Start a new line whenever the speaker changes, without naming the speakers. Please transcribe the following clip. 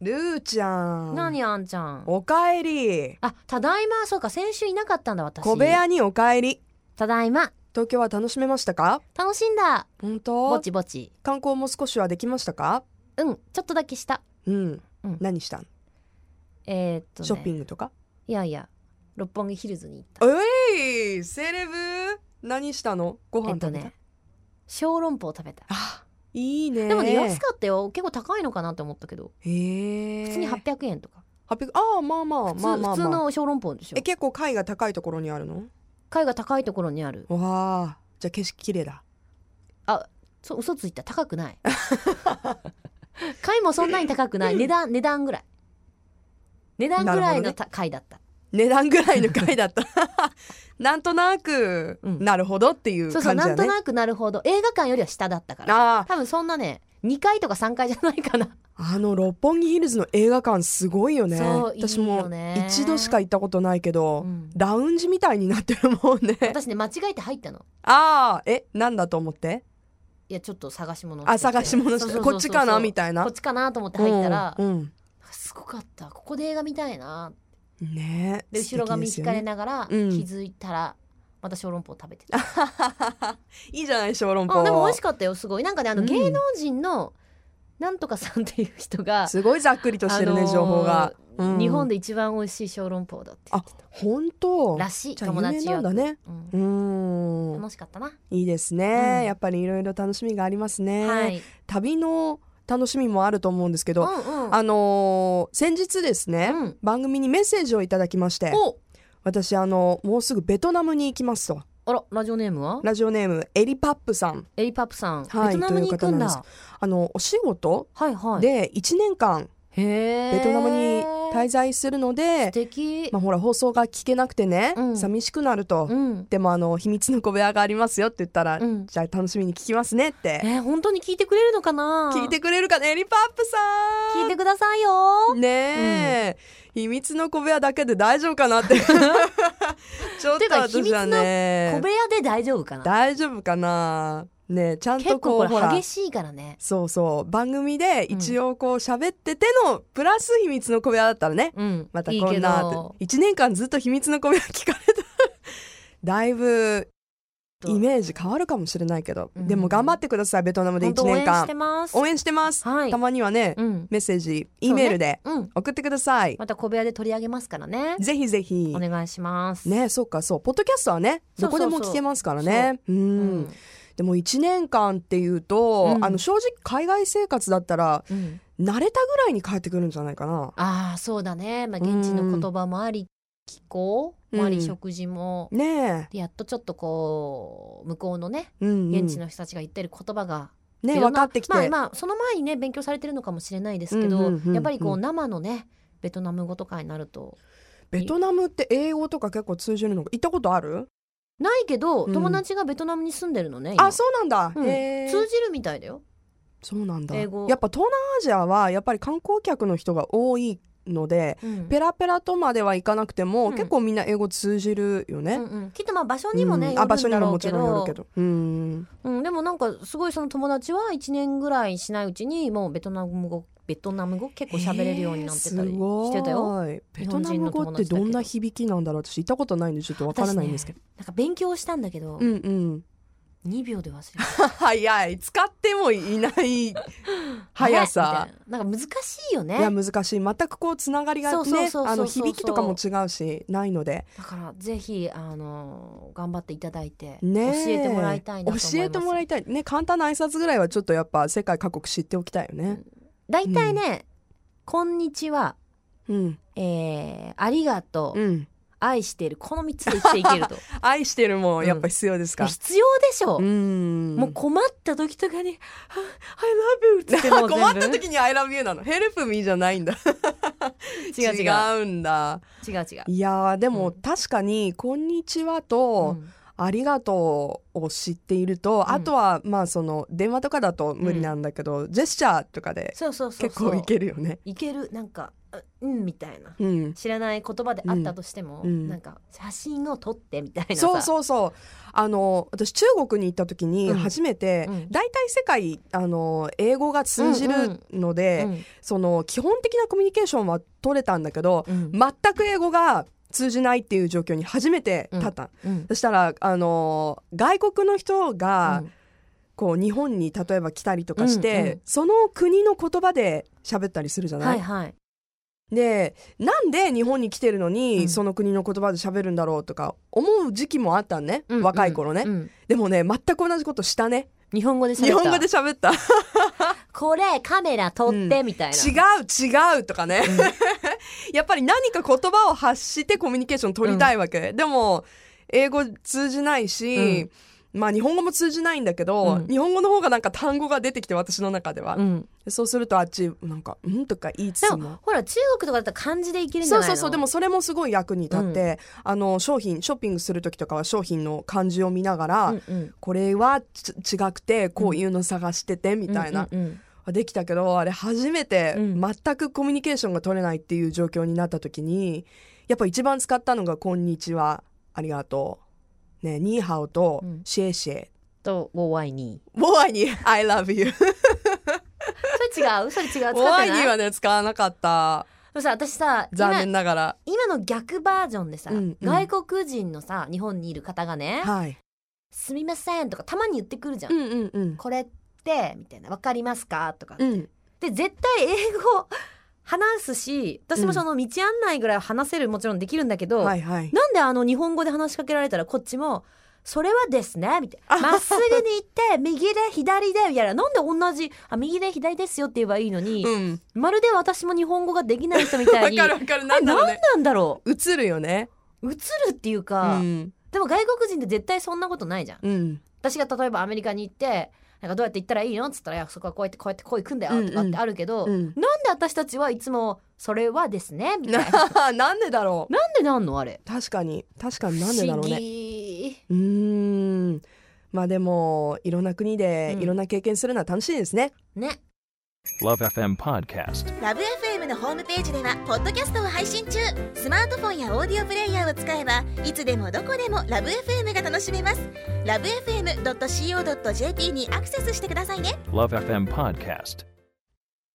ルーちゃん。
何あんちゃん
おかえり。
あただいまそうか先週いなかったんだ私
小部屋におかえり。
ただいま
東京は楽しめましたか
楽しんだ
本
ぼ
当
ちぼち
観光も少しはできましたか
うんちょっとだけした
うん。
うん
何したん
えー、っと、ね、
ショッピングとか
いやいや六本木ヒルズに行った
ういセレブ何したのご飯
えっと
食べた、
ね小籠包食べた
あいいね
でもね安かったよ結構高いのかなって思ったけど
へえ
普通に800円とか
800ああまあまあ
普通
まあまあ、
普
ま
通
あ、
の小籠包でしょ
え結構階が高いところにあるの
階が高いところにある
わあじゃあ景色綺麗だ
そう嘘ついた高 くない階もそんなに高くない値段値段ぐらい値段ぐらいのた階だった
値段ぐらいの階だった なんとなく、
うん
なるほどっていう
そうそう
感じ
な
だ
んと
ね
なくなるほど映画館よりは下だったから
あ
多分そんなね2階とか3階じゃないかな
ああの六本木ヒルズの映画館すごいよね
そう
私
いいよ
も
ね
一度しか行ったことないけど、
うん
ラウンジみたいになってるもんね
私ね間違えて入ったの
ああえなんだと思って
いやちょっと探し物をしてて
あ探し物し
そう
て
そうそうそう
こっちかなみたいな
こっちかなと思って入ったら、
うんうん
すごかったここで映画見たいな
ねえ
で後ろ髪
素敵
引か
ですよね
れながら、
うん
気づいたらまた小籠包食べてた
いいじゃない小籠包
あでも美味しかったよすごいなんかねあの
うん
芸能人のなんとかさんっていう人が、
すごいざっくりとしてるね、
あのー
情報が、うん
日本で一番美味しい小籠包だって言ってた
本当
らしい
じゃあ
友達
有名なんだね
曰くうん
うーん
楽しかったな、
いいですね、
うん
やっぱりいろいろ楽しみがありますね、
はい、
旅の楽しみもあると思うんですけ
う
ど、
んうん
あのー先日ですね、
うん
番組にメッセージをいただきまして
お
私あのもうすぐベトナムに行きますと
あらラジオネームは
ラジオネームエリパップさん
エリパップさん、
はい
ベトナムに行くんだ
という方あのお仕事
はいはい
で1年間
へえ
ベトナムに滞在するので、
素敵、
まあ、ほら放送が聞けなくてね、
うん
寂しくなると、
うん
でもあの秘密の小部屋がありますよって言ったら、
うん
じゃあ楽しみに聞きますねって
えー、本当に聞いてくれるのかな
聞いてくれるかねエリパップさ
聞い
ん
てくださいよ
ねえ、秘密の小部屋だけで大丈夫かな ってちょっと
てか
私は
小
ね
部屋で大丈夫かな
大丈夫かなねえちゃん
結
とこう
構こ
ほ
れ
ら
激しいからね
そうそう番組で一応こう喋ってての、プラス秘密の小部屋だったらね
うん
また
いい
こ
け
んなって
ど
1年間ずっと秘密の小部屋聞かれた だいぶイメージ変わるかもしれないけど、
うん
でも頑張ってくださいベトナムで
本当
1
応
年
援し
間
てます
応援してます、
はい
たまにはね、
うん
メッセージ
そ
E
うね
メールで
うん
送ってください、
また小部屋で取り上げますからね
ぜひぜひ
お願いします
ねそうかそうポッドキャストはね
そ
ど
う
こ
そう
で
そう
も聞けますからねう
うんん
でも1年間っていうと、
うん
あの正直海外生活だったら
うん
慣れたぐらいに帰ってくるんじゃないかな
ああそうだねまあ現地の言葉もあり気候もあ
う
り
ん
食事も
ね
でやっとちょっとこう向こうのね
え、うんうん
現地の人たちが言ってる言葉が、
ね
いろ
分
んな
かってきて、
まあまあその前にね勉強されてるのかもしれないですけど、
うんうんうんうん
やっぱりこう生のねベトナム語とかになると
ベトナムって英語とか結構通じるの行ったことある
ないけど、
うん
友達がベトナムに住んでるのね今
あそうなんだ、
うん
へえ
通じるみたいだよ
そうなんだ
英語
やっぱ東南アジアはやっぱり観光客の人が多いので
うん
ペラペラとまではいかなくても、
うん
結構みんな英語通じるよ
う
ね、
んうんきっとまあ場所にもね、
うん
よ
あ
る
場
ん
所に
だ
も
ろう
も
け
ち
ど
ろんよるけどうん
うん、でもなんかすごいその友達は1年ぐらいしないうちにもうベトナム語ベトナム語結構喋れるようになってたり
えーすごい
してたよ、
ベトナム語ってどんな響きなんだろう私行ったことないんでちょっとわからないんですけど、
なんか勉強したんだけど、
うんうん
2秒で忘れた
早い使ってもいない速
あ
さ
れみたいななんか難しいよね
いや難しい全くこうつながりが
そうそうそう
ね
そうそう
あの響きとかも違うしないので
だからぜひあの頑張っていただいて、
ね
教えてもらいたいなと思います
教えてもらいたいね簡単な挨拶ぐらいはちょっとやっぱ世界各国知っておきたいよね
大体ね、こんにちは
うん
えー、ありがとう、
うん
愛しているこの3つで生きていける と
愛してるも
うん
んやっぱ必要ですか
必要でしょ、
うん
もう困った時とかに「I love you」っつってもう全部
困った時に I love you なの Help me じゃないんだ
違う違う
うんだ
違う違う
いやーで
う
も
ん
確かにこんにちは
う
と
ん
あありがとうを知っていると、
うん
あとはまあその電話とかだと無理なんだけど、ジェスチャーとかで
そうそうそう
結
そう
構いけるよね。
いけるなんかあうんみたいな
うん、
知らない言葉であったとしても、
うんうん
なんか写真を撮ってみたいなさ
そうそうそうあの私中国に行った時に
うん
初めて、
うん
大体世界あの英語が通じるので、
うん
その基本的なコミュニケーションは取れたんだけど
うん
全く英語が通じないっていう状況に初めて立った、
うん
そしたらあの外国の人が、
うん
こう日本に例えば来たりとかして、
うんうん
その国の言葉で喋ったりするじゃない、
はいはい
でなんで日本に来てるのに、
うん
その国の言葉で喋るんだろうとか思う時期もあったんね、
うん
若い頃ね、
うんうん
でもね全く同じことしたね
日本語で喋った
日本語で喋った
これカメラ撮ってみたいな、
違う違うとかね、 やっぱり何か言葉を発してコミュニケーション取りたいわけ、でも英語通じないし、まあ日本語も通じないんだけど、
うん
日本語の方がなんか単語が出てきて私の中では、
うん、
そうするとあっちなんか「うん?」とか言いつ
で
つ
も
も。
ほら中国とかだったら漢字でいけるんじ
そ
ゃ
う
ない
そ
の
うそうでもそれもすごい役に立って、あの商品ショッピングする時とかは商品の漢字を見ながら、
うんうん
これはち違くてこういうの探しててみたいな、
うんうんうん
できたけどあれ初めて
うん
全くコミュニケーションが取れないっていう状況になった時にやっぱ一番使ったのが「こんにちは」「ありがとう」ね「ニーハオ」と
うん
「シェイシェイ
と「おわいに」
「ウォアイに I love you」
それ違うそ れ違う
「
使っ
ウ
て
ォアイに
な」い
はね使わなかった
でもさ私さ
残
今
念ながら
今の逆バージョンでさ、
うんうん
外国人のさ日本にいる方がね
はい
「すみません」とかたまに言ってくるじゃん。
うんうんうん
これってみたいな「わかりますか?」とか。
うん
で絶対英語話すし私もその道案内ぐらいは話せるもちろんできるんだけど、
はいはい
なんであの日本語で話しかけられたらこっちも「それはですね」みたいな「まっすぐに行って右で左で」みたいななんで同じあ「右で左ですよ」って言えばいいのに、
うん
まるで私も日本語ができない人みた
わ
いに
かるわかるなんだろうね
なんだろ
映るよね
う映るっていう
う
か、
ん
でも外国人って絶対そんなことないじゃん。
うん
私が例えばアメリカに行ってなんかどうやって行ったらいいのっつったらいやそこはこうやってこうやってこう行くんだよとか
うん
っ
うん
てあるけど、
うん
なんで私たちはいつも「それはですね」みたいな
なんでだろう
なんでなんのあれ
確かに確かになんでだろう
不思
ね
議
うーんまあでもいろんな国で
うん
いろんな経験するのは楽しいですね、
ね
Love FM Podcast.
ラブ f m のホームページではポッドキャストを配信中スマートフォンやオーディオプレイヤーを使えばいつでもどこでもラブ f m が楽しめますラブ FM.co.jp にアクセスしてくださいね
Love FM Podcast.